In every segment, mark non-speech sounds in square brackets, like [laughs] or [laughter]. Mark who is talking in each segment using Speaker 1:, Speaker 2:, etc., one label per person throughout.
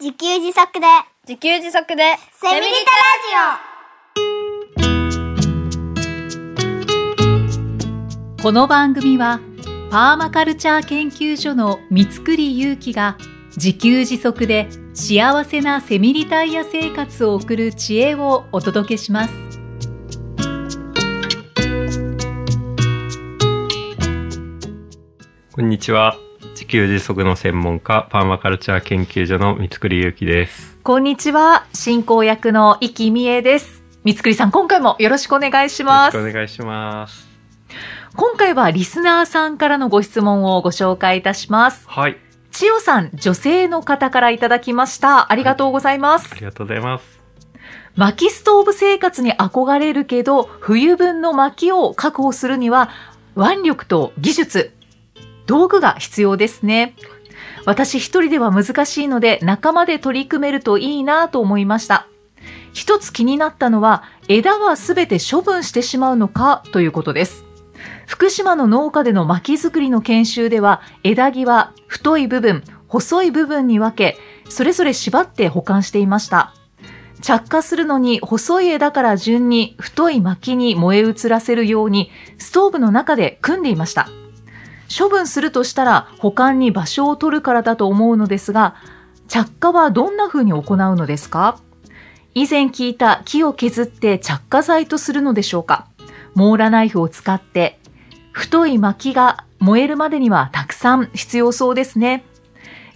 Speaker 1: 自給自足で
Speaker 2: 自給自足で
Speaker 1: セミリタ
Speaker 3: この番組はパーマカルチャー研究所の三栗祐樹が自給自足で幸せなセミリタイヤ生活を送る知恵をお届けします。
Speaker 4: こんにちは。自給自足の専門家、パーマカルチャー研究所の三栗祐樹です。
Speaker 3: こんにちは、進行役の生きみえです。三栗さん、今回もよろしくお願いし
Speaker 4: よろ
Speaker 3: ま
Speaker 4: しくお
Speaker 3: す。
Speaker 4: 願いします。
Speaker 3: 今回はリスナーさんからのご質問をご紹介いたします。
Speaker 4: はい。
Speaker 3: 千代さん、女性の方からいただきました。ありがとうございます
Speaker 4: あ。りがとうございます。
Speaker 3: 薪ストーブ生活に憧れるけど冬分の薪を確保するには腕力と技術道具が必要ですね私一人では難しいので仲間で取り組めるといいなと思いました一つ気になったのは枝はすべて処分してしまうのかということです福島の農家での薪作りの研修では枝木は太い部分細い部分に分けそれぞれ縛って保管していました着火するのに細い枝から順に太い薪に燃え移らせるようにストーブの中で組んでいました。処分するとしたら保管に場所を取るからだと思うのですが、着火はどんな風に行うのですか以前聞いた木を削って着火剤とするのでしょうかモーラナイフを使って太い薪が燃えるまでにはたくさん必要そうですね。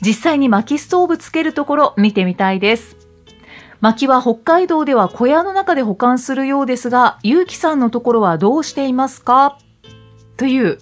Speaker 3: 実際に薪ストーブつけるところ見てみたいです。薪は北海道では小屋の中で保管するようですが、ゆうきさんのところはどうしていますかという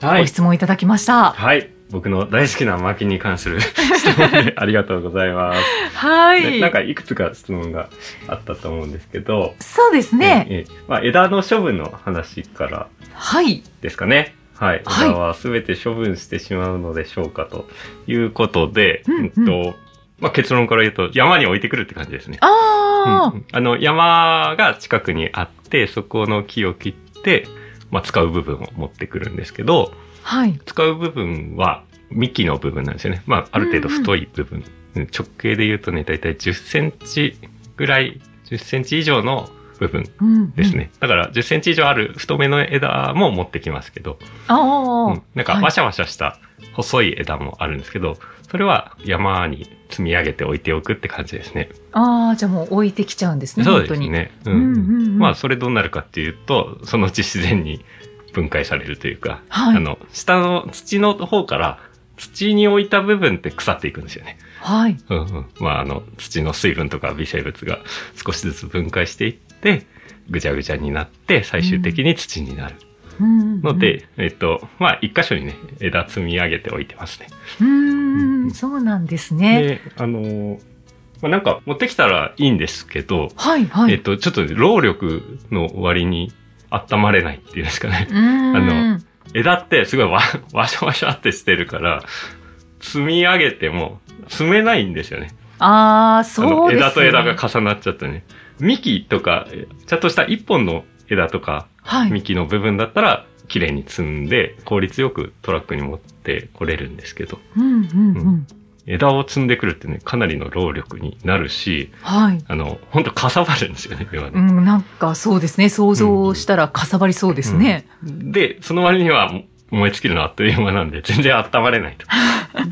Speaker 4: は
Speaker 3: ご質問いただきました。
Speaker 4: はい。僕の大好きな薪に関する質問
Speaker 3: [laughs]
Speaker 4: でありがとうございます。
Speaker 3: は
Speaker 4: で
Speaker 3: い。
Speaker 4: なんかいくつか質問があったと思うんですけど、
Speaker 3: そうですね。
Speaker 4: ええまあ、枝の処分の話から
Speaker 3: はい。
Speaker 4: ですかね。はい。
Speaker 3: はい
Speaker 4: 枝は全て処分してしまうのでしょうかということで、
Speaker 3: うんうん
Speaker 4: とまあ、結論から言うと山に置いてくるって感じですね。
Speaker 3: あ
Speaker 4: うんうんあの、山が近くにあって、そこの木を切って、まあ、使う部分を持ってくるんですけど、
Speaker 3: あ、はい。
Speaker 4: 使う部分は幹の部分なんですよね。まあ、ある程度太い部分。うん直径で言うとね、だいたい10センチぐらい、10センチ以上の部分
Speaker 3: うん。
Speaker 4: です。ね。だから、10センチ以上ある太めの枝も持ってきますけど、
Speaker 3: あ
Speaker 4: う
Speaker 3: あ
Speaker 4: ん、なんか、
Speaker 3: はい
Speaker 4: ワシャワシャした細い枝もあるんですけど、それは山に積み上げて置いておくって感じですね。
Speaker 3: ああ、じゃあもう置いてきちゃうんですね。
Speaker 4: そうです
Speaker 3: 本当に。
Speaker 4: ね。う
Speaker 3: うん
Speaker 4: ん
Speaker 3: うんうん。
Speaker 4: まあ、それどうなるかっていうと、そのうち自然に分解されるというか、
Speaker 3: はい
Speaker 4: あの、下の土の方から、土に置いた部分って腐っていくんですよね。
Speaker 3: はい。
Speaker 4: うんうん。まあ、あの、土の水分とか微生物が少しずつ分解していって、ぐちゃぐちゃになって、最終的に土になる。
Speaker 3: うんうんうん
Speaker 4: ので、えっと、まあ、一箇所にね、枝積み上げておいてますね。
Speaker 3: うーん、そうなんですね。
Speaker 4: で、あのーまあ、なんか持ってきたらいいんですけど、
Speaker 3: はい、は
Speaker 4: えっ
Speaker 3: い。
Speaker 4: と、ちょっと労力の割に温まれないっていうんですかね。 [laughs]
Speaker 3: うーん
Speaker 4: あの、枝ってすごいわ、 [laughs] わしゃわしゃってしてるから、積み上げても積めないんですよね。
Speaker 3: ああ、
Speaker 4: あ
Speaker 3: そ
Speaker 4: の
Speaker 3: うです、ね。
Speaker 4: 枝と枝が重なっちゃってね。幹とか、ちゃんとした一本の枝とか、
Speaker 3: はい。
Speaker 4: 幹の部分だったら、綺麗に積んで、効率よくトラックに持ってこれるんですけど、
Speaker 3: うん、うん、うん。
Speaker 4: 枝を積んでくるってね、かなりの労力になるし、
Speaker 3: はい。
Speaker 4: あの、ほんとかさばるんですよね、要は
Speaker 3: う
Speaker 4: ね
Speaker 3: ん、なんかそうですね。想像したらかさばりそうですね。
Speaker 4: で、その割には燃え尽きるのはあっという間なんで、全然温まれない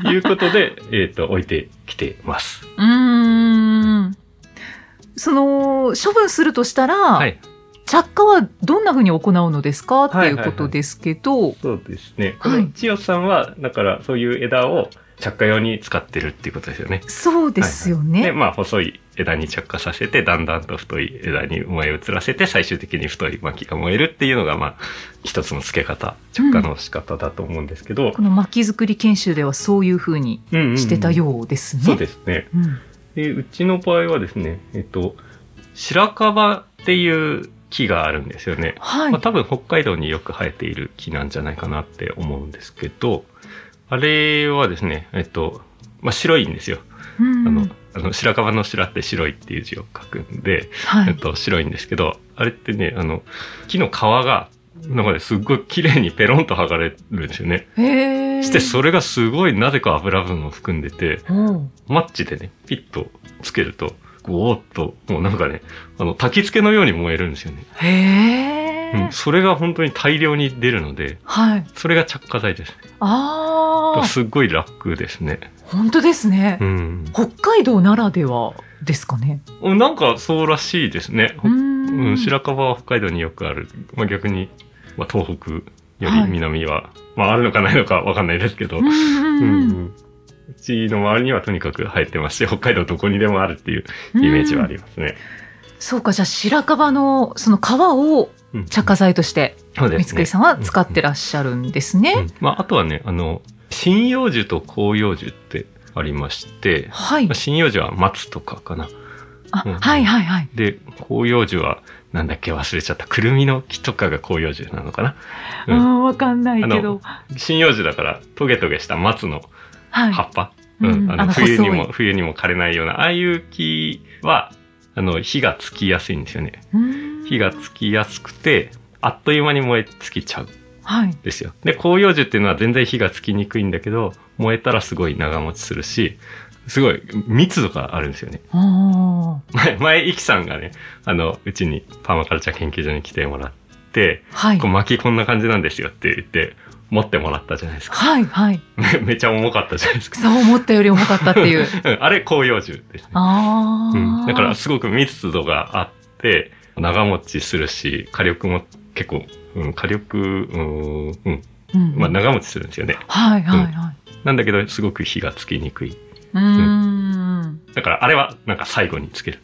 Speaker 4: ということで、えっ、と、置いてきてます。
Speaker 3: うーん。その、処分するとしたら、
Speaker 4: はい。
Speaker 3: 着火はどんな風に行うのですかって
Speaker 4: はい
Speaker 3: いうことですけど、
Speaker 4: そうですね。こ
Speaker 3: はい
Speaker 4: の千代さんは、だからそういう枝を着火用に使ってるっていうことですよね。
Speaker 3: そうですよね。
Speaker 4: で、まあ、細い枝に着火させて、だんだんと太い枝に燃え移らせて、最終的に太い薪が燃えるっていうのが、まあ、一つの付け方、着火の仕方だと思うんですけど、
Speaker 3: この薪作り研修ではそういう風に
Speaker 4: うんうんうん
Speaker 3: してたようですね。
Speaker 4: そうですね。
Speaker 3: うん
Speaker 4: で、うちの場合はですね、えっと、白樺っていう木があるんですよね。
Speaker 3: はい
Speaker 4: まあ、。多分北海道によく生えている木なんじゃないかなって思うんですけど、あれはですね、えっと、まあ、白いんですよ。
Speaker 3: う
Speaker 4: あ
Speaker 3: ん
Speaker 4: の、あの白樺の白って白いっていう字を書くんで、
Speaker 3: は
Speaker 4: えっ
Speaker 3: い。
Speaker 4: と、白いんですけど、あれってね、あの、木の皮が、なんかね、すっごい綺麗にペロンと剥がれるんですよね。
Speaker 3: へー
Speaker 4: して、それがすごいなぜか油分を含んでて、
Speaker 3: うん
Speaker 4: マッチでね、ピッとつけると、ゴーっと、もうなんかね、あの、焚き付けのように燃えるんですよね。
Speaker 3: へえ、
Speaker 4: うん、それが本当に大量に出るので、
Speaker 3: はい
Speaker 4: それが着火剤です。
Speaker 3: ああ
Speaker 4: すっごい楽ですね。
Speaker 3: 本当ですね、
Speaker 4: うん。
Speaker 3: 北海道ならではですかね
Speaker 4: なんかそうらしいですね。
Speaker 3: ん
Speaker 4: うん、白樺は北海道によくある。まあ、逆に、まあ、東北より南は、まあ、あるのかないのかわかんないですけど、
Speaker 3: うんうん
Speaker 4: う
Speaker 3: うん
Speaker 4: んうちの周りにはとにかく生えてますし、北海道どこにでもあるっていうイメージはありますね。
Speaker 3: そうかじゃあ白樺のその皮を
Speaker 4: うん
Speaker 3: 着火剤として
Speaker 4: そう
Speaker 3: 三
Speaker 4: です
Speaker 3: 井
Speaker 4: ね。
Speaker 3: さんは使ってらっしゃるんですね。
Speaker 4: うんまあ、あとはね、あの、針葉樹と広葉樹ってありまして、
Speaker 3: はい
Speaker 4: まあ、針葉樹は松とかかな。
Speaker 3: あ、
Speaker 4: うん
Speaker 3: はいはいはい。
Speaker 4: で、広葉樹は、なんだっけ忘れちゃった。くるみの木とかが広葉樹なのかな。
Speaker 3: う
Speaker 4: うん
Speaker 3: ん、わかんないけど。
Speaker 4: 針葉樹だから、トゲトゲした松の
Speaker 3: はい。
Speaker 4: 葉っぱ、
Speaker 3: うん
Speaker 4: うん、
Speaker 3: あ
Speaker 4: あ
Speaker 3: の
Speaker 4: の冬にも
Speaker 3: 細
Speaker 4: 冬にも枯れないようなああいう木はあの火がつきやすいんですよね
Speaker 3: うん
Speaker 4: 火がつきやすくてあっという間に燃え尽きちゃうん
Speaker 3: はい。
Speaker 4: ですよで広葉樹っていうのは全然火がつきにくいんだけど燃えたらすごい長持ちするしすごい密度があるんですよね。 [laughs]
Speaker 3: あー
Speaker 4: 前、前、イキさんがね、あの、うちにパーマカルチャー研究所に来てもらって、
Speaker 3: はい
Speaker 4: こう。薪こんな感じなんですよって言って、持ってもらったじゃないですか。 [laughs]
Speaker 3: はいはい。
Speaker 4: めめちゃ重かったじゃないですか。
Speaker 3: そう思ったより重かったっていう。
Speaker 4: うんあれ広葉樹ですね。
Speaker 3: ああ、
Speaker 4: うん、だからすごく密度があって長持ちするし火力も結構、うん、火力うん、うん
Speaker 3: うん、
Speaker 4: まあ、長持ちするんですよね
Speaker 3: はいはいはい。
Speaker 4: なんだけどすごく火がつきにくい
Speaker 3: ー
Speaker 4: う
Speaker 3: ん。
Speaker 4: だからあれはなんか最後につける、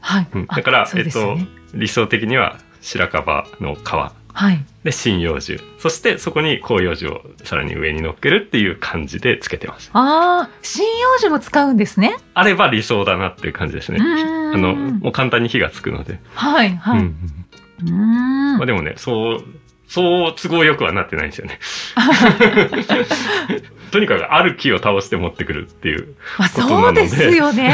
Speaker 3: はい。
Speaker 4: うん、
Speaker 3: あ
Speaker 4: だから、
Speaker 3: そう
Speaker 4: え
Speaker 3: で
Speaker 4: っ
Speaker 3: すよ
Speaker 4: と
Speaker 3: ね
Speaker 4: 理想的には白樺の皮
Speaker 3: はい。
Speaker 4: で針葉樹そしてそこに広葉樹をさらに上に乗っけるっていう感じでつけてます
Speaker 3: ああ、針葉樹も使うんですね。
Speaker 4: あれば理想だなっていう感じですね
Speaker 3: うん
Speaker 4: あのもう簡単に火がつくので、
Speaker 3: はいは
Speaker 4: う
Speaker 3: い。
Speaker 4: んう
Speaker 3: うんーん。
Speaker 4: まあでもね、そう、そう都合よくはなってないんです
Speaker 3: [laughs]
Speaker 4: よね。とにかくある木を倒して持ってくるっていう。
Speaker 3: まあ、
Speaker 4: ことな
Speaker 3: そう
Speaker 4: ので
Speaker 3: ですよね。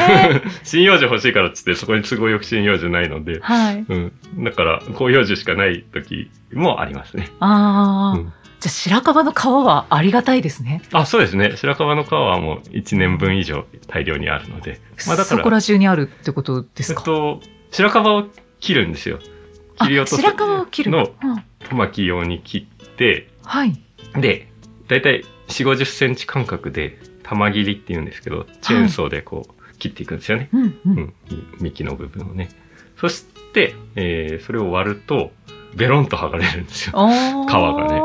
Speaker 4: 針葉樹欲しいからっつってそこに都合よく針葉樹ないので。
Speaker 3: [laughs] はい。
Speaker 4: うん。だから、広葉樹しかない時もありますね。
Speaker 3: ああ、
Speaker 4: うん
Speaker 3: じゃあ白樺の皮はありがたいですね。
Speaker 4: あ、そうですね。白樺の皮はもう1年分以上大量にあるので。まあだか
Speaker 3: そこ
Speaker 4: ら、
Speaker 3: ら中にあるってことで
Speaker 4: え
Speaker 3: す
Speaker 4: っ
Speaker 3: か。
Speaker 4: と、白樺を切るんですよ。
Speaker 3: あ
Speaker 4: 切り落とす。
Speaker 3: 白樺を切る。
Speaker 4: の
Speaker 3: うん
Speaker 4: 巻き用に切って、
Speaker 3: はい。
Speaker 4: で、だいたい4、50センチ間隔で、玉切りって言うんですけど、チェーンソーでこう、切っていくんですよね。
Speaker 3: うんう。
Speaker 4: うんん。幹の部分をね。そして、えーそれを割ると、ベロンと剥がれるんですよ。
Speaker 3: おー
Speaker 4: 皮がね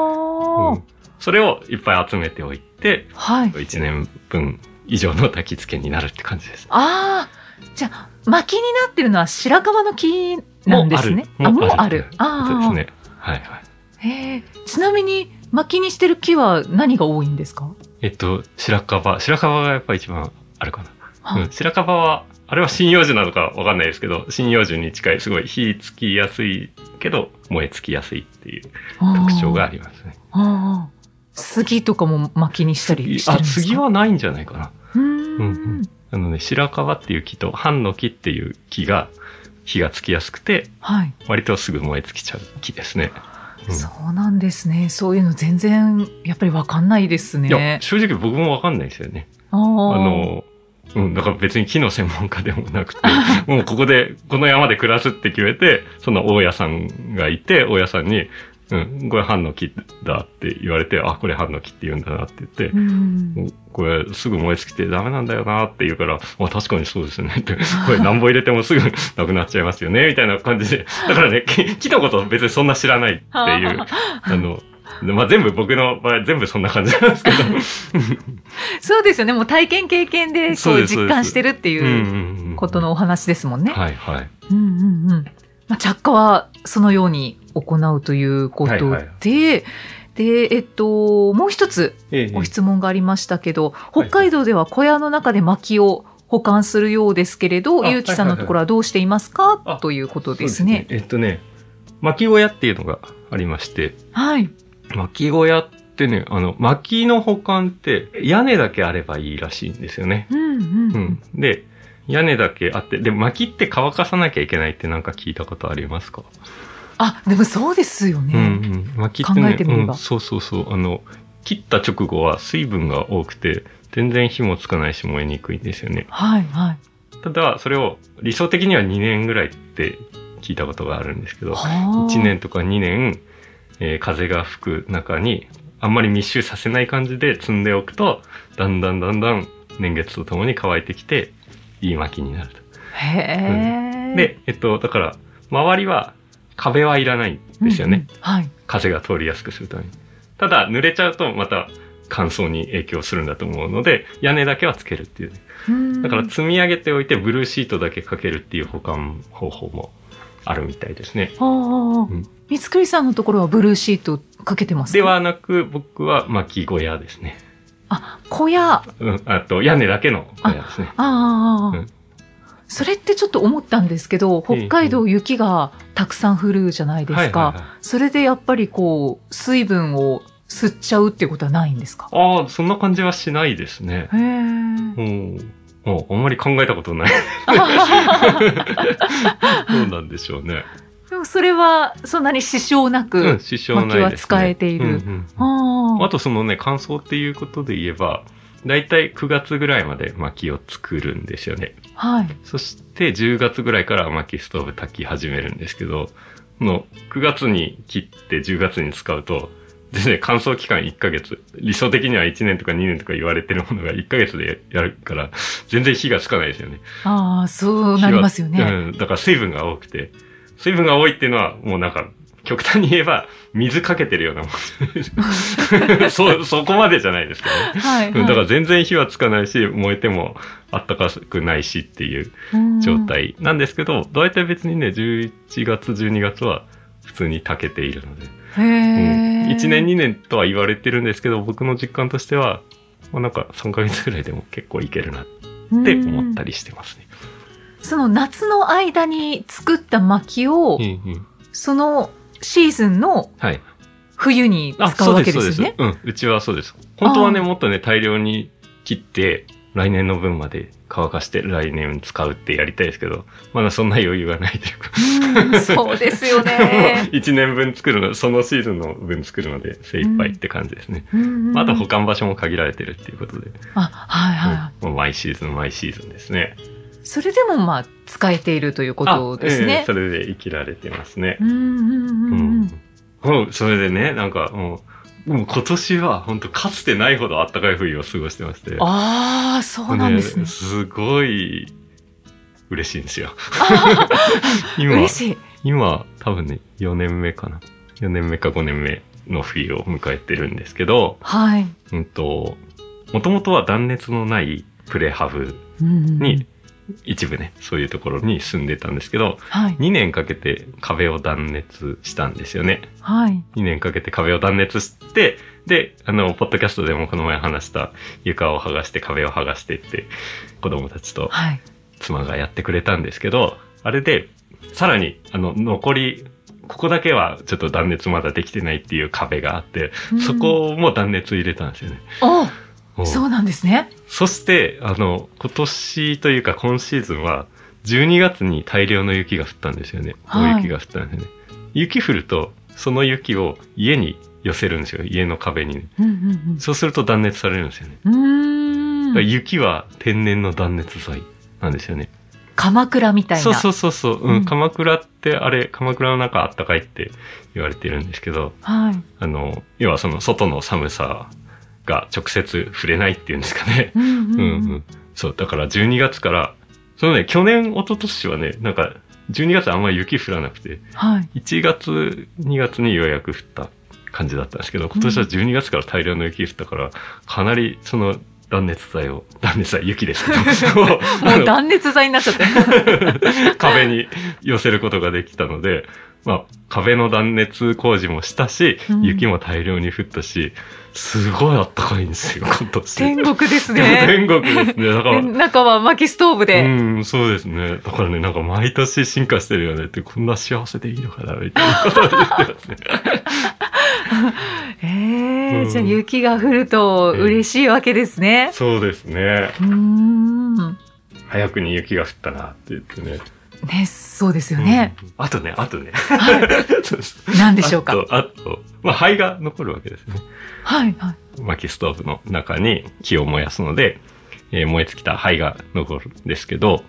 Speaker 4: うんそれをいっぱい集めておいて、
Speaker 3: はい。
Speaker 4: 1年分以上の焚き付けになるって感じです。
Speaker 3: ああ、じゃあ、薪になってるのは白樺の木なんですね。
Speaker 4: もうある。
Speaker 3: あ、もうある。あ
Speaker 4: そう
Speaker 3: あ、
Speaker 4: ですね。はいはい。
Speaker 3: へえ。ちなみに、薪にしてる木は何が多いんですか
Speaker 4: えっと、白樺。白樺がやっぱ一番あるかな。
Speaker 3: は
Speaker 4: うん、白樺は、あれは針葉樹なのかわかんないですけど、針葉樹に近い、すごい火つきやすいけど、燃えつきやすいっていう特徴があ。りますね。
Speaker 3: あーあー。杉とかも薪にしたりしてるん
Speaker 4: あ、
Speaker 3: ですか
Speaker 4: 次はないんじゃないかな。
Speaker 3: うー
Speaker 4: うんん。あのね、白樺っていう木と、半の木っていう木が、火がつきやすくて、
Speaker 3: はい。
Speaker 4: 割とすぐ燃え尽きちゃう木ですね。うん
Speaker 3: そうなんですね。そういうの全然、やっぱりわかんないです
Speaker 4: いや、
Speaker 3: ね。
Speaker 4: 正直僕もわかんないですよね。
Speaker 3: ああ
Speaker 4: あ
Speaker 3: の、
Speaker 4: の、うん、だから別に木の専門家で
Speaker 3: [laughs]
Speaker 4: もなくて、もうここで、この山で暮らすって決めて、その大家さんがいて、大家さんに、うん、これハンノキだって言われて、あ、これハンノキって言うんだなって言って
Speaker 3: う、ん。
Speaker 4: これすぐ燃え尽きてダメなんだよなって言うから、あ、確かにそうですねって、これ何本入れてもすぐなくなっちゃいますよね、みたいな感じで。だからね、木木のこと別にそんな知らないっていう、あの、まあ、全部僕の場合全部そんな感じなんですけど。
Speaker 3: そうですよね。もう体験経験で、こ
Speaker 4: そう
Speaker 3: う
Speaker 4: です
Speaker 3: 実感してるって
Speaker 4: うん
Speaker 3: いう
Speaker 4: うんうん
Speaker 3: ことのお話ですもんね。
Speaker 4: はいはい。
Speaker 3: うんうんうん。まあ、着火はそのように行うということで、
Speaker 4: はいはい
Speaker 3: で、えっと、もう一つ
Speaker 4: ええ
Speaker 3: ご質問がありましたけど、
Speaker 4: はい
Speaker 3: 北海道では小屋の中で薪を保管するようですけれど、
Speaker 4: あ
Speaker 3: ゆうきさんのところはどうしていますか、
Speaker 4: いはい
Speaker 3: ということですね。
Speaker 4: そうですねえっとね、薪小屋っていうのがありまして、
Speaker 3: はい。
Speaker 4: 薪小屋ってね、あの、薪の保管って屋根だけあればいいらしいんですよね。
Speaker 3: うんうん。
Speaker 4: うん。で、屋根だけあって、で、薪って乾かさなきゃいけないってなんか聞いたことありますか、
Speaker 3: あ、でもそうですよ
Speaker 4: うん
Speaker 3: ね。
Speaker 4: うん。薪ってね、
Speaker 3: 考えてみれば
Speaker 4: うんそうそうそう。あの、切った直後は水分が多くて、全然火もつかないし燃えにくいんですよね。
Speaker 3: はいはい。
Speaker 4: ただ、それを理想的には2年ぐらいって聞いたことがあるんですけど、
Speaker 3: はあ
Speaker 4: 1年とか2年、えー風が吹く中にあんまり密集させない感じで積んでおくとだんだんだんだん年月とともに乾いてきていい薪になると。
Speaker 3: へえ。
Speaker 4: で、えっと、だから周りは壁はいらないんですよね、
Speaker 3: うんうん。はい。
Speaker 4: 風が通りやすくするために。ただ濡れちゃうとまた乾燥に影響するんだと思うので屋根だけはつけるっていう。だから積み上げておいてブルーシートだけかけるっていう保管方法もあるみたいですね。
Speaker 3: ああ
Speaker 4: うん。
Speaker 3: 三つくりさんのところはブルーシートかけてますか
Speaker 4: で。はなく、僕は薪小屋ですね。
Speaker 3: あ、小屋。あ
Speaker 4: うん、あと、屋根だけの小屋ですね。
Speaker 3: あ
Speaker 4: うん。
Speaker 3: それってちょっと思ったんですけど、北海道雪がたくさん降るじゃないです
Speaker 4: はいは
Speaker 3: か。
Speaker 4: いはい
Speaker 3: それでやっぱりこう、水分を吸っちゃうっていうことはないんですか
Speaker 4: ああ、そんな感じはしないですね。
Speaker 3: へえ。
Speaker 4: うん。もうあんまり考えたことない。どうなんでしょうね。
Speaker 3: [laughs] でもそれはそんなに支障なく。
Speaker 4: うん、支障ないです、
Speaker 3: 薪
Speaker 4: ね。
Speaker 3: は使えている
Speaker 4: うんうんうん
Speaker 3: あ
Speaker 4: あとそのね、乾燥っていうことで言えば、だいたい9月ぐらいまで薪を作るんですよね。
Speaker 3: あ。はい。
Speaker 4: そして10月ぐらいから薪ストーブ炊き始めるんですけど、この9月に切って10月に使うと、全然乾燥期間1ヶ月、理想的には1年とか2年とか言われてるものが1ヶ月でやるから、全然火がつかないですよね。
Speaker 3: ああ、そうなりますよ
Speaker 4: 火は
Speaker 3: ね。
Speaker 4: うん。だから水分が多くて、水分が多いっていうのはもうなんか、極端に言えば、水かけてるようなも
Speaker 3: [laughs]
Speaker 4: ん。そ、そこまでじゃないですけどね。
Speaker 3: はい。
Speaker 4: うんだか
Speaker 3: は
Speaker 4: ら全然火はつかないし、燃えてもあったかくないしっていう
Speaker 3: い
Speaker 4: 状。態なんですけど、大体別にね、11月、12月は普通に炊けているので、
Speaker 3: うん
Speaker 4: う
Speaker 3: へ
Speaker 4: ん、
Speaker 3: え。
Speaker 4: 1年、2年とは言われてるんですけど、僕の実感としては、まあ、なんか3ヶ月ぐらいでも結構いけるなっ
Speaker 3: って
Speaker 4: 思ったりしてますね。
Speaker 3: その夏の間に作った薪を、
Speaker 4: うんうん
Speaker 3: そのシーズンの
Speaker 4: はい。
Speaker 3: 冬に
Speaker 4: あ、
Speaker 3: 使
Speaker 4: そうう
Speaker 3: わ
Speaker 4: で
Speaker 3: け
Speaker 4: す、
Speaker 3: で
Speaker 4: そうですす。
Speaker 3: よね。
Speaker 4: うん、うちはそうです。本当はね、
Speaker 3: あー
Speaker 4: もっとね、大量に切って、来年の分まで乾かして来年使うってやりたいですけど、まだそんな余裕がないというか。
Speaker 3: うんそうです
Speaker 4: [laughs]
Speaker 3: よ
Speaker 4: も
Speaker 3: ね。
Speaker 4: う1年分作るの、そのシーズンの分作るので精一杯って感じですね。まああと保
Speaker 3: 他。
Speaker 4: 管場所も限られてるっていうことで、
Speaker 3: あ、はいはいは
Speaker 4: もう毎シーズン毎シーズンですね。
Speaker 3: い。それでもまあ、使えているということです
Speaker 4: あええ
Speaker 3: ね
Speaker 4: そ。れで生きられてますね。
Speaker 3: うんうん
Speaker 4: う
Speaker 3: うんうん。
Speaker 4: ん。うんそれでね、なんかもう、もう今年は本当かつてないほど暖かい冬を過ごしてまして。
Speaker 3: ああ、そうなんですね。
Speaker 4: すごい嬉しいん
Speaker 3: [laughs]
Speaker 4: ですよ。今、
Speaker 3: 嬉しい。
Speaker 4: 今多分ね、4年目かな。4年目か5年目の冬を迎えてるんですけど、
Speaker 3: はい。
Speaker 4: うんと、もともとは断熱のないプレハブ
Speaker 3: うんうん
Speaker 4: に、、一部ね、そういうところに住んでたんですけど、
Speaker 3: はい。
Speaker 4: 2年かけて壁を断熱したんですよね。
Speaker 3: はい。
Speaker 4: 2年かけて壁を断熱して、で、あの、ポッドキャストでもこの前話した床を剥がして壁を剥がしてって、子供たちと
Speaker 3: はい。
Speaker 4: 妻がやってくれたんですけど、あれで、さらに、あの、残り、ここだけはちょっと断熱まだできてないっていう壁があって、そこも断熱入れたんですよね。
Speaker 3: お
Speaker 4: もう
Speaker 3: そうなんですね。
Speaker 4: そして、あの、今年というか今シーズンは、12月に大量の雪が降ったんですよね。
Speaker 3: はい
Speaker 4: 大雪が降ったんですよね。雪降ると、その雪を家に寄せるんですよ。家の壁にね、
Speaker 3: うんうん
Speaker 4: そうすると断熱されるんですよね。
Speaker 3: うん。う
Speaker 4: だから
Speaker 3: ーん。
Speaker 4: 雪は天然の断熱材なんですよね。
Speaker 3: 鎌倉みたいな。
Speaker 4: そうそうそうそう、うん
Speaker 3: うん
Speaker 4: 鎌倉ってあれ、鎌倉の中あったかいって言われてるんですけど、
Speaker 3: はい。
Speaker 4: あの、要はその外の寒さが直接触れないっていうんですかね。
Speaker 3: うん
Speaker 4: う
Speaker 3: うんんう
Speaker 4: う
Speaker 3: ん。
Speaker 4: ん。そう、だから12月から、そのね、去年、一昨年はね、なんか、12月あんまり雪降らなくて、
Speaker 3: はい。
Speaker 4: 1月、2月にようやく降った感じだったんですけど、今年は12月から大量の雪降ったから、かなりその断熱材を、 [laughs] 断熱材、雪
Speaker 3: [laughs]
Speaker 4: ですけどをあ
Speaker 3: もう
Speaker 4: の
Speaker 3: 断熱材になっちゃ
Speaker 4: [laughs]
Speaker 3: って。
Speaker 4: 壁に寄せることができたので、まあ、壁の断熱工事もしたし、
Speaker 3: うん
Speaker 4: 雪も大量に降ったし、すごいあったかいんですよ、今年。
Speaker 3: 天国ですね。
Speaker 4: [laughs] 天国ですね。だか
Speaker 3: で
Speaker 4: ら、
Speaker 3: 中は薪ストーブで。
Speaker 4: うん、そうですね。だからね、なんか毎年進化してるよねって、こんな幸せでいいのかな、みたいな
Speaker 3: [laughs]
Speaker 4: ことを言ってますね。
Speaker 3: ええ
Speaker 4: うん
Speaker 3: じゃあ雪が降ると嬉しいわけですね。
Speaker 4: そうですね。
Speaker 3: うーん。
Speaker 4: 早くに雪が降ったなって言ってね。
Speaker 3: ね、そうですよね。
Speaker 4: うんあとね、あとね。そうそう
Speaker 3: 何でしょうか。
Speaker 4: あと、あと、まあ、灰が残るわけですね。
Speaker 3: はい、はい。
Speaker 4: 薪ストーブの中に木を燃やすので、えー燃え尽きた灰が残るんですけど、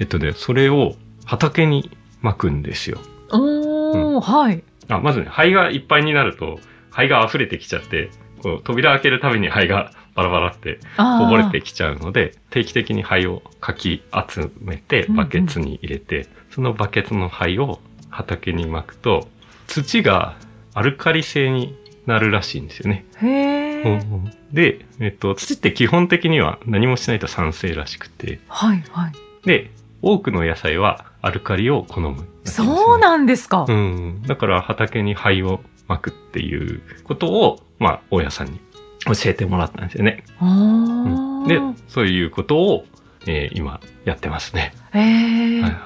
Speaker 4: えっとね、それを畑に巻くんですよ。
Speaker 3: おー、はい。
Speaker 4: あ、まずね、灰がいっぱいになると、灰が溢れてきちゃって、こう扉開けるたびに灰が [laughs] バラバラってこぼれてきちゃうので、定期的に灰をかき集めて、バケツに入れて、そのバケツの灰を畑に巻くと、土がアルカリ性になるらしいんですよね。
Speaker 3: あーへ
Speaker 4: うん
Speaker 3: ー。
Speaker 4: うんで、えっと、土って基本的には何もしないと酸性らしくて、
Speaker 3: はい、はい。
Speaker 4: で、多くの野菜はアルカリを好む、
Speaker 3: そうなんですか。
Speaker 4: うん。だから畑に灰をまくっていうことを、まあ、大家さんに教えてもらったんですよね。
Speaker 3: あー
Speaker 4: で、そういうことを、えー今やってますね。
Speaker 3: えー
Speaker 4: はい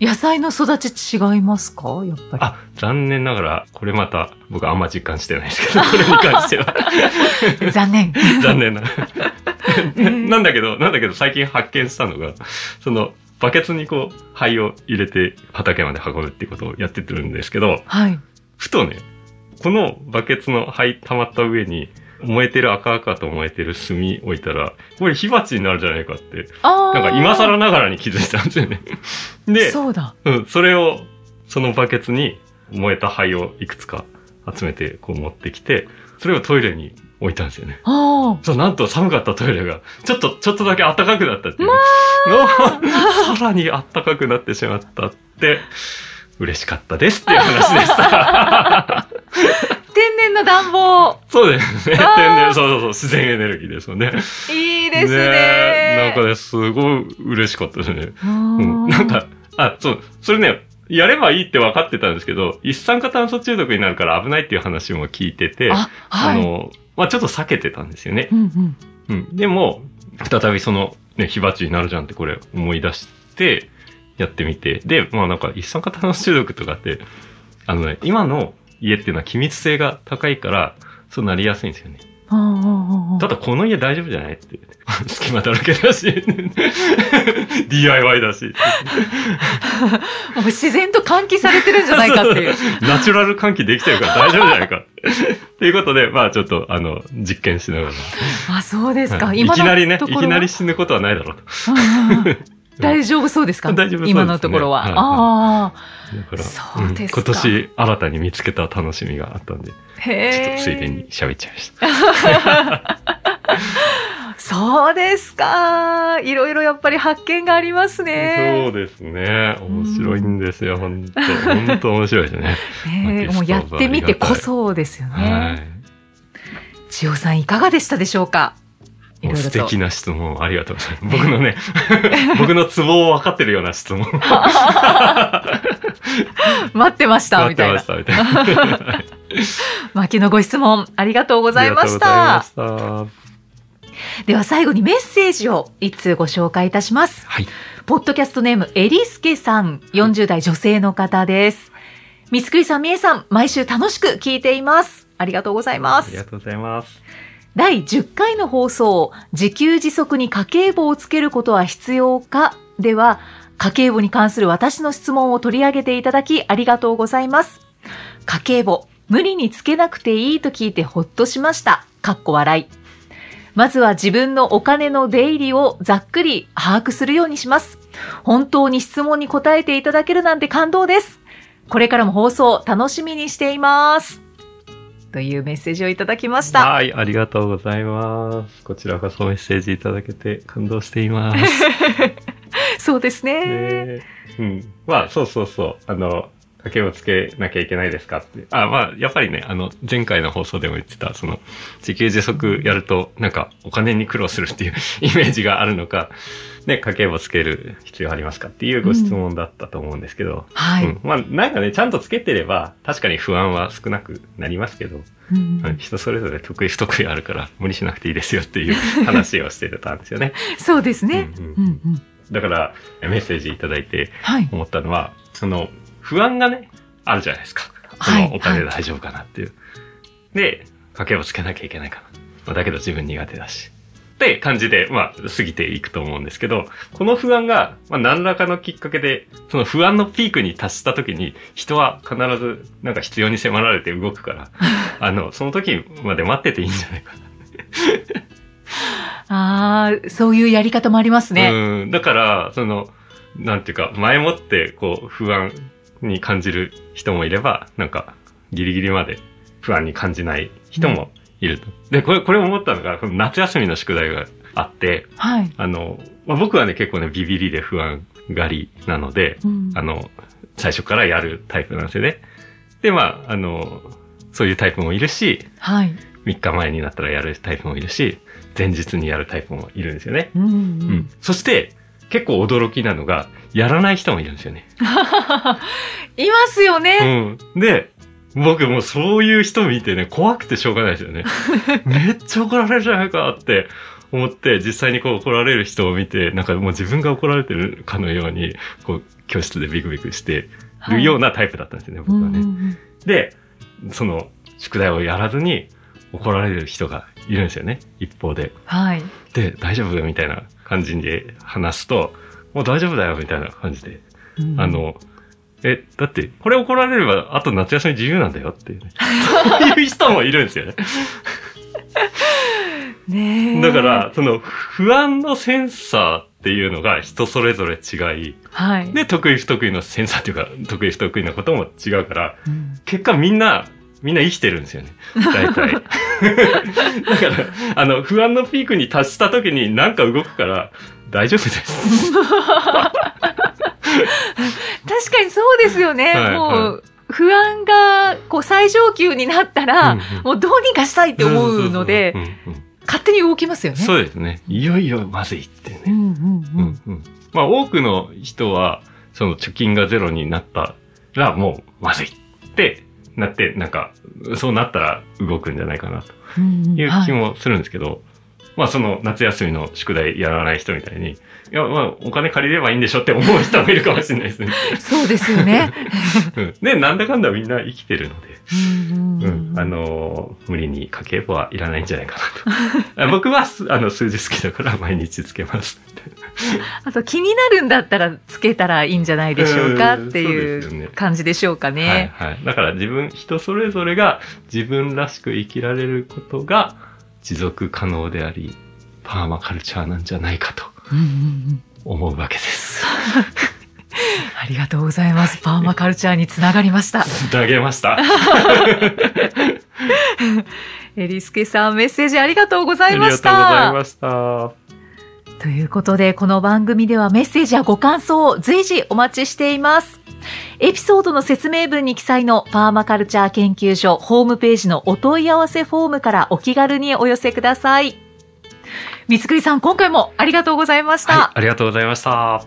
Speaker 3: 野菜の育ち違いますかやっぱり。
Speaker 4: あ、残念ながら、これまた僕あんま実感してないですけど、こ [laughs] れに関して
Speaker 3: [laughs]
Speaker 4: は。
Speaker 3: 残念。
Speaker 4: 残念な。な
Speaker 3: ー
Speaker 4: [laughs] なんだけど、なんだけど最近発見したのが、その、バケツにこう、灰を入れて畑まで運ぶっていうことをやっててるんですけど、
Speaker 3: はい。
Speaker 4: ふとね、このバケツの灰溜まった上に、燃えてる赤々と燃えてる炭置いたら、これ火鉢になるじゃないかって、
Speaker 3: あー
Speaker 4: なんか今更ながらに気づいたんです
Speaker 3: [laughs]
Speaker 4: よね。で、
Speaker 3: そうだ。
Speaker 4: うん、それを、そのバケツに燃えた灰をいくつか集めてこう持ってきて、それをトイレに置いたんですよね。
Speaker 3: あ
Speaker 4: そう、なんと寒かったトイレが、ちょっと、ちょっとだけ暖かくなったっていう。 [laughs] のさらに暖かくなってしまったって、嬉しかったですっていう話でした。
Speaker 3: あ。天然の暖房。
Speaker 4: そうですね。天
Speaker 3: あー
Speaker 4: 然、 [laughs] そうそうそう、自然エネルギーですよね。
Speaker 3: いいですね。
Speaker 4: えなんかね、すごい嬉しかったですね。
Speaker 3: あー
Speaker 4: うん。なんか、あ、そう、それね、やればいいって分かってたんですけど、一酸化炭素中毒になるから危ないっていう話も聞いてて、
Speaker 3: あ、はい。
Speaker 4: あの、まあちょっと避けてたんですよね
Speaker 3: う。んうん。
Speaker 4: うん。でも、再びその、ね、火鉢になるじゃんってこれ思い出して、やってみて。で、まあなんか一酸化炭素中毒とかって、あのね、今の家っていうのは気密性が高いから、そうなりやすいんですよね。
Speaker 3: あーあーあー
Speaker 4: ただこの家大丈夫じゃないって。 [laughs] 隙間だらけだし。DIY だし。
Speaker 3: もう自然と換気されてるんじゃないかっていう。
Speaker 4: [laughs] ナチュラル換気できてる [laughs] から大丈夫じゃないか。ということで、まあちょっと、あの、実験しなが
Speaker 3: あ、そうです
Speaker 4: ら。
Speaker 3: か。
Speaker 4: はいい
Speaker 3: 今
Speaker 4: き
Speaker 3: の
Speaker 4: なりね
Speaker 3: と、
Speaker 4: い
Speaker 3: こ
Speaker 4: き
Speaker 3: ろ
Speaker 4: な
Speaker 3: は
Speaker 4: り死ぬことはない [laughs] だろうと。
Speaker 3: うんうんうん大丈夫そうですか
Speaker 4: 大丈夫そうですね
Speaker 3: 今のところは。
Speaker 4: はい
Speaker 3: ああ。
Speaker 4: だから、
Speaker 3: そうですか
Speaker 4: 今年新たに見つけた楽しみがあったんで、ちょっ
Speaker 3: へ
Speaker 4: と
Speaker 3: え。
Speaker 4: ついでに喋っちゃいました。
Speaker 3: そうですか。いろいろやっぱり発見があります
Speaker 4: そ
Speaker 3: ね。
Speaker 4: うですね。面白いんですよ、本
Speaker 3: [laughs]
Speaker 4: 当本当面白いですね。
Speaker 3: ねえもうやってみてこそですよ
Speaker 4: は
Speaker 3: ね。
Speaker 4: い。
Speaker 3: 千代さんいかがでしたでしょうか。い
Speaker 4: も
Speaker 3: ろ
Speaker 4: う
Speaker 3: いろ
Speaker 4: 素
Speaker 3: と
Speaker 4: 敵。な質問ありがとうございます。僕の
Speaker 3: [laughs]
Speaker 4: ね、僕のツボを分かってるような質問。
Speaker 3: 待ってましたみたいな
Speaker 4: 待っ。てましたみたい [laughs] な。ありがとう
Speaker 3: 牧のご質問ありがとうご
Speaker 4: ござ
Speaker 3: ざい
Speaker 4: い
Speaker 3: ま
Speaker 4: ま
Speaker 3: し。
Speaker 4: したた。は
Speaker 3: では最後にメッセージを一通ご紹介いたします。
Speaker 4: い。
Speaker 3: ポッドキャストネームエリスケさん、40代女性の方です。三つくりさん、みえさん、毎週楽しく聞いています。ありがとうございま
Speaker 4: あり
Speaker 3: す
Speaker 4: が。とうございます。
Speaker 3: 第10回の放送、自給自足に家計簿をつけることは必要かでは、家計簿に関する私の質問を取り上げていただきありがとうございます。家計簿、無理につけなくていいと聞いてほっとしました。かっこ笑い。まずは自分のお金の出入りをざっくり把握するようにします。本当に質問に答えていただけるなんて感動です。これからも放送楽しみにしています。というメッセージをいただきました。
Speaker 4: はい、ありがとうございます。こちらこそメッセージいただけて感動しています。ね
Speaker 3: そうですね。
Speaker 4: えうん。まあ、そうそうそう。あの、家計をつけなきゃいけないですかって。あ、まあ、やっぱりね、あの、前回の放送でも言ってた、その、自給自足やると、なんか、お金に苦労するっていう [laughs] イメージがあるのか、ね、家計をつける必要ありますかっていうご質問だったと思うんですけど、
Speaker 3: はい。
Speaker 4: うん、まあ、なんかね、ちゃんとつけてれば、確かに不安は少なくなりますけど、
Speaker 3: うん
Speaker 4: うん人それぞれ得意不得意あるから、無理しなくていいですよっていう話をしてたんですよね。
Speaker 3: そうですね。
Speaker 4: うん
Speaker 3: う
Speaker 4: うんん
Speaker 3: うん
Speaker 4: だから、メッセージいただいて
Speaker 3: はい。
Speaker 4: 思ったのは、その、不安がね、あるじゃないですか。そ
Speaker 3: はい
Speaker 4: のお金大丈夫かなっていう。で、家計簿つけなきゃいけないかな。まあだけど自分苦手だし。って感じで、まあ、過ぎていくと思うんですけど、この不安が、まあ、何らかのきっかけで、その不安のピークに達した時に、人は必ず、なんか必要に迫られて動
Speaker 3: [laughs]
Speaker 4: くから、あの、その時まで待ってていいんじゃないかな。
Speaker 3: ああ、そういうやり方もありますね。
Speaker 4: うん。だから、その、なんていうか、前もって、こう、不安に感じる人もいれば、なんか、ギリギリまで不安に感じない人もいると。で、これ、これ思ったのが、この夏休みの宿題があって、
Speaker 3: はい。
Speaker 4: あの、まあ、僕はね、結構ね、ビビりで不安がりなので、
Speaker 3: うん
Speaker 4: あの、最初からやるタイプなんですよね。で、まあ、あの、そういうタイプもいるし、
Speaker 3: はい。
Speaker 4: 3日前になったらやるタイプもいるし、前日にやるタイプもいるんですよね。
Speaker 3: うんう
Speaker 4: うんん。そして、結構驚きなのが、やらない人もいるんですよね。
Speaker 3: いますよね。
Speaker 4: うん。で、僕もうそういう人見てね、怖くてしょうがないですよ
Speaker 3: [laughs]
Speaker 4: ね。めっちゃ怒られるじゃないかって思って、実際にこう怒られる人を見て、なんかもう自分が怒られてるかのように、こう、教室でビクビクしてるようなタイプだったんですよね、僕はね。
Speaker 3: うんうんうん
Speaker 4: で、その、宿題をやらずに怒られる人がいるんですよね、一方で。
Speaker 3: はい。
Speaker 4: で、大丈夫だよみたいな感じで話すと、もう大丈夫だよみたいな感じで
Speaker 3: うん
Speaker 4: あ、の、え、だって、これ怒られれば、あと夏休み自由なんだよって
Speaker 3: [laughs]
Speaker 4: いうね、そういう人もいるんですよね。
Speaker 3: ねえ
Speaker 4: だか、ら、その、不安のセンサーっていうのが人それぞれ違い、
Speaker 3: はい。
Speaker 4: で、得意不得意のセンサーっていうか、得意不得意なことも違うから、
Speaker 3: うん
Speaker 4: 結果みんな、みんな生きてるんですよね。大
Speaker 3: [laughs]
Speaker 4: 体。だから、あの、不安のピークに達した時になんか動くから、大丈夫です。
Speaker 3: 確かにそうですよね。
Speaker 4: はい
Speaker 3: も
Speaker 4: は
Speaker 3: う、不安が、こう、最上級になったら、
Speaker 4: うんうん
Speaker 3: もうどうにかしたいって思うので、
Speaker 4: そうそうそううんうん
Speaker 3: 勝手に動きますよね。
Speaker 4: そうですね。いよいよまずいっていうね
Speaker 3: う。んうんう
Speaker 4: う
Speaker 3: ん
Speaker 4: んうんまあ多くの人は、その貯金がゼロになったらもうまずいってなって、なんか、そうなったら動くんじゃないかなと
Speaker 3: うんうん
Speaker 4: いう
Speaker 3: は
Speaker 4: 気
Speaker 3: い
Speaker 4: もするんですけど、まあその夏休みの宿題やらない人みたいに、いやまあお金借りればいいんでしょって思う人もいるかもしれないですね。
Speaker 3: そうですよ
Speaker 4: [laughs]
Speaker 3: ね。
Speaker 4: うんで、なんだかんだみんな生きてるので、
Speaker 3: うんう
Speaker 4: うん
Speaker 3: うん
Speaker 4: ん、あのー無理に家計簿はいらないんじゃないかなと。 [laughs] 僕はすあの数字好きだから毎日つけます。
Speaker 3: あと気になるんだったらつけたらいいんじゃないでしょうかって
Speaker 4: うんそうです
Speaker 3: い
Speaker 4: よね
Speaker 3: う感じでしょうかね。
Speaker 4: はいはい。だから自分、人それぞれが自分らしく生きられることが持続可能であり、パーマカルチャーなんじゃないかと
Speaker 3: うんうん
Speaker 4: 思うわけです。
Speaker 3: うんありがとうございます。パーマカルチャーにつながりま
Speaker 4: [laughs]
Speaker 3: した。
Speaker 4: 投げました。あ
Speaker 3: えりすけさんメッセージありがとうござ
Speaker 4: り
Speaker 3: い
Speaker 4: がと
Speaker 3: ま
Speaker 4: うご
Speaker 3: し
Speaker 4: ざい
Speaker 3: た。
Speaker 4: ました。
Speaker 3: ということで、この番組ではメッセージやご感想を随時お待ちしています。エピソードの説明文に記載のパーマカルチャー研究所ホームページのお問い合わせフォームからお気軽にお寄せください。三つくりさん、今回もありがとうございました。
Speaker 4: はい、ありがとうございました。